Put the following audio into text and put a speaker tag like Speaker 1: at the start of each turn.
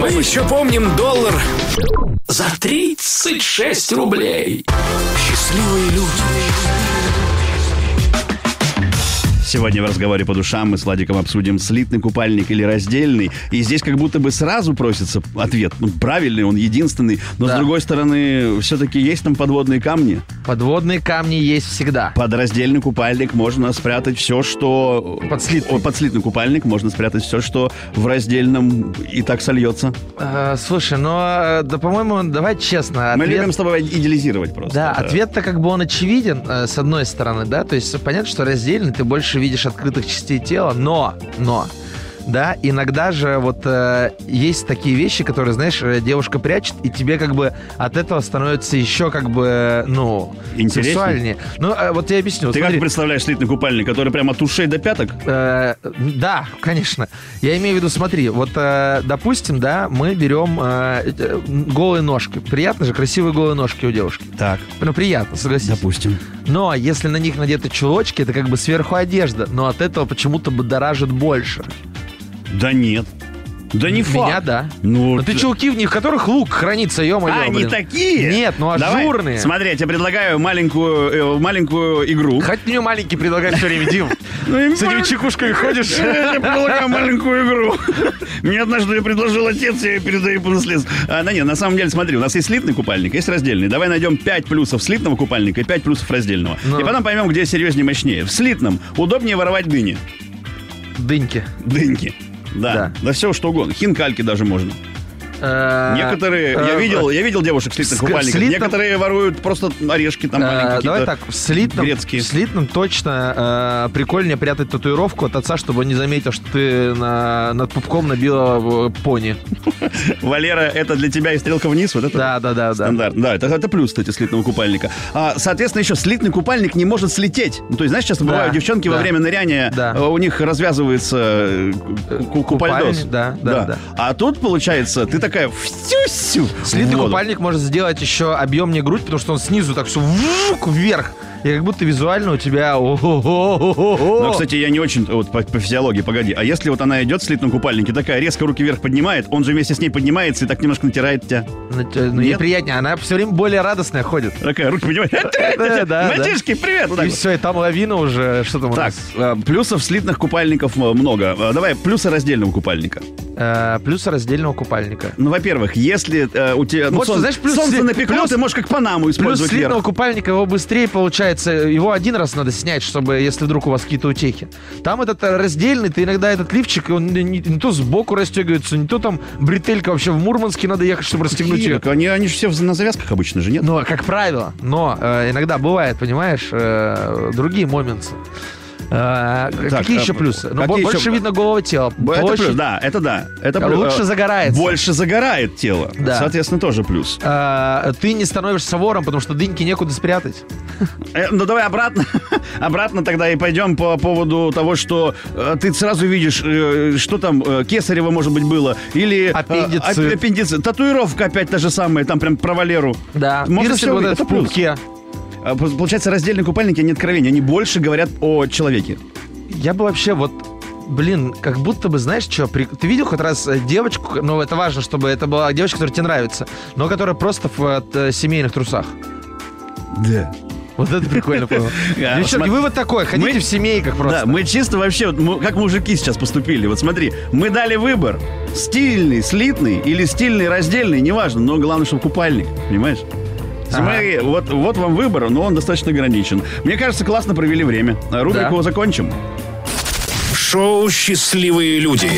Speaker 1: Мы еще помним доллар за 36 рублей. Счастливые люди.
Speaker 2: Сегодня в разговоре по душам мы с Владиком обсудим слитный купальник или раздельный. И здесь как будто бы сразу просится ответ. Ну, правильный, он единственный. Но
Speaker 3: Да.
Speaker 2: с другой стороны, все-таки есть там подводные камни.
Speaker 3: Подводные камни есть всегда.
Speaker 2: Под раздельный купальник можно спрятать все, что... э,
Speaker 3: Под слитный.
Speaker 2: О, Под слитный купальник можно спрятать все, что в раздельном и так сольется.
Speaker 3: Э, слушай, ну, э, да, по-моему, давай честно.
Speaker 2: Мы
Speaker 3: ответ-
Speaker 2: любим с тобой идеализировать просто.
Speaker 3: Да, ответ-то как бы он очевиден, э, с одной стороны, да, то есть понятно, что раздельно ты больше видишь открытых частей тела, но, но, да, иногда же вот э, есть такие вещи, которые, знаешь, э, девушка прячет, и тебе как бы от этого становится еще как бы, ну,
Speaker 2: Интересней?
Speaker 3: сексуальнее. Ну, э, вот я объясню. Вот
Speaker 2: Ты как
Speaker 3: смотри.
Speaker 2: представляешь слитный купальник, который прям от ушей до пяток?
Speaker 3: Э, да, конечно. Я имею в виду, смотри, вот, э, допустим, да, мы берем э, э, голые ножки. Приятно же, красивые голые ножки у девушки.
Speaker 2: Так,
Speaker 3: Ну, приятно, согласись.
Speaker 2: допустим.
Speaker 3: Но если на них надеты чулочки, это как бы сверху одежда, но от этого почему-то будоражит больше.
Speaker 2: Да нет. Да не факт.
Speaker 3: Меня, да.
Speaker 2: Ну,
Speaker 3: Но ты
Speaker 2: т-
Speaker 3: чулки, в них в которых лук хранится, ё-моё.
Speaker 2: А, не
Speaker 3: блин.
Speaker 2: такие?
Speaker 3: Нет, ну
Speaker 2: Давай,
Speaker 3: ажурные.
Speaker 2: смотри, я тебе предлагаю маленькую, э, маленькую игру. Ну
Speaker 3: Хоть мне маленький предлагать все время, Дим. С этими чекушками ходишь.
Speaker 2: Я тебе предлагаю маленькую игру. Мне однажды ее предложил отец, я ее передаю по наследству. А, да нет, на самом деле, смотри, у нас есть слитный купальник, есть раздельный. Давай найдем 5 плюсов слитного купальника и 5 плюсов раздельного.
Speaker 3: Ну.
Speaker 2: И потом поймем, где серьезнее и мощнее. В слитном удобнее воровать дыни.
Speaker 3: Дыньки.
Speaker 2: Дыньки. Да.
Speaker 3: Да.
Speaker 2: да. все что угодно. Хинкальки даже можно.
Speaker 3: Э,
Speaker 2: Некоторые, я
Speaker 3: э,
Speaker 2: видел, я видел девушек в слитных
Speaker 3: в
Speaker 2: купальниках.
Speaker 3: слитном-
Speaker 2: Некоторые воруют просто орешки там маленькие
Speaker 3: Э, Давай
Speaker 2: какие-то.
Speaker 3: так, в слитном,
Speaker 2: грецкие.
Speaker 3: в слитном точно э, прикольнее прятать татуировку от отца, чтобы он не заметил, что ты на- над пупком набила э, пони.
Speaker 2: Валера, это для тебя и стрелка вниз, вот это?
Speaker 3: Да, да, да, да.
Speaker 2: Стандарт. Да, это, это плюс, кстати, слитного купальника. А, соответственно, еще слитный купальник не может слететь. Ну, то есть, знаешь, часто
Speaker 3: Да,
Speaker 2: бывают девчонки во
Speaker 3: да.
Speaker 2: время ныряния,
Speaker 3: Да.
Speaker 2: э, у них развязывается э, ку- купальдос.
Speaker 3: Купальник, да, да, да.
Speaker 2: А тут, получается, ты такая всю-сю. в
Speaker 3: Слитый
Speaker 2: воду.
Speaker 3: купальник может сделать еще объемнее грудь, потому что он снизу так все вук вверх. И как будто визуально у тебя... о-хо-хо-хо-хо-хо.
Speaker 2: Но, Ну, кстати, я не очень вот по, по физиологии, погоди. А если вот она идет в слитном купальнике, такая резко руки вверх поднимает, он же вместе с ней поднимается и так немножко натирает тебя.
Speaker 3: Ну, тё- ну, ей
Speaker 2: Нет.
Speaker 3: приятнее. Она все время более радостная ходит.
Speaker 2: Такая руки поднимает.
Speaker 3: Да, да,
Speaker 2: Мальчишки, привет! Вот так
Speaker 3: И
Speaker 2: вот.
Speaker 3: все, и там лавина уже. Что там у
Speaker 2: Так,
Speaker 3: нас?
Speaker 2: э, плюсов слитных купальников э, много. Э, Давай плюсы раздельного купальника.
Speaker 3: Э, Плюсы раздельного купальника.
Speaker 2: Ну, во-первых, если э, у тебя ну,
Speaker 3: Вот что, знаешь, плюс
Speaker 2: солнце
Speaker 3: сли-
Speaker 2: напекло,
Speaker 3: плюс-
Speaker 2: ты можешь как Панаму
Speaker 3: Плюс
Speaker 2: использовать
Speaker 3: слитного
Speaker 2: вверх.
Speaker 3: купальника его быстрее получается. Его один раз надо снять, чтобы, если вдруг у вас какие-то утехи. Там этот э, раздельный, ты иногда этот лифчик, он не, не- не то сбоку расстегивается, не то там бретелька вообще в Мурманске надо ехать, чтобы расстегнуть ее.
Speaker 2: Кирик, Они, они же все в- на завязках обычно же, нет?
Speaker 3: Но, как правило, но э, иногда бывает, понимаешь, э, другие моменты. Э,
Speaker 2: Так,
Speaker 3: какие
Speaker 2: а,
Speaker 3: еще плюсы? Ну,
Speaker 2: какие
Speaker 3: бо-
Speaker 2: еще-
Speaker 3: больше видно голого тела.
Speaker 2: Б- Это
Speaker 3: площадь,
Speaker 2: плюс, да, это да. Это плю-
Speaker 3: Лучше
Speaker 2: э,
Speaker 3: загорается.
Speaker 2: Больше загорает тело.
Speaker 3: Да.
Speaker 2: Соответственно, тоже плюс.
Speaker 3: Э, ты не становишься вором, потому что дыньки некуда спрятать.
Speaker 2: Э, ну давай обратно, обратно тогда и пойдем по поводу того, что э, ты сразу видишь, э, что там э, кесарево может быть было или э,
Speaker 3: Аппендицит.
Speaker 2: ап- аппендицит. Татуировка опять та же самая, там прям про Валеру.
Speaker 3: Да.
Speaker 2: Можно
Speaker 3: Пирсинг
Speaker 2: всё
Speaker 3: вот
Speaker 2: увидеть,
Speaker 3: этот
Speaker 2: это
Speaker 3: в
Speaker 2: плюс.
Speaker 3: пупке.
Speaker 2: А, по- Получается, раздельные купальники, они откровения, они больше говорят о человеке.
Speaker 3: Я бы вообще вот Блин, как будто бы, знаешь, что, ты видел хоть раз э, девочку, ну, это важно, чтобы это была девочка, которая тебе нравится, но которая просто в э, семейных трусах.
Speaker 2: Да.
Speaker 3: Вот это прикольно, по-моему.
Speaker 2: Я
Speaker 3: Девчонки,
Speaker 2: смотр-
Speaker 3: вывод такой, ходите
Speaker 2: Мы-
Speaker 3: в семейках
Speaker 2: Да,
Speaker 3: просто.
Speaker 2: мы чисто вообще, вот, му- как мужики сейчас поступили. Вот смотри, мы дали выбор. Стильный, слитный или стильный, раздельный, неважно, но главное, чтобы купальник, понимаешь? Смотри, вот, вот вам выбор, но он достаточно ограничен. Мне кажется, классно провели время. Рубрику
Speaker 3: Да.
Speaker 2: закончим.
Speaker 1: Шоу «Счастливые люди».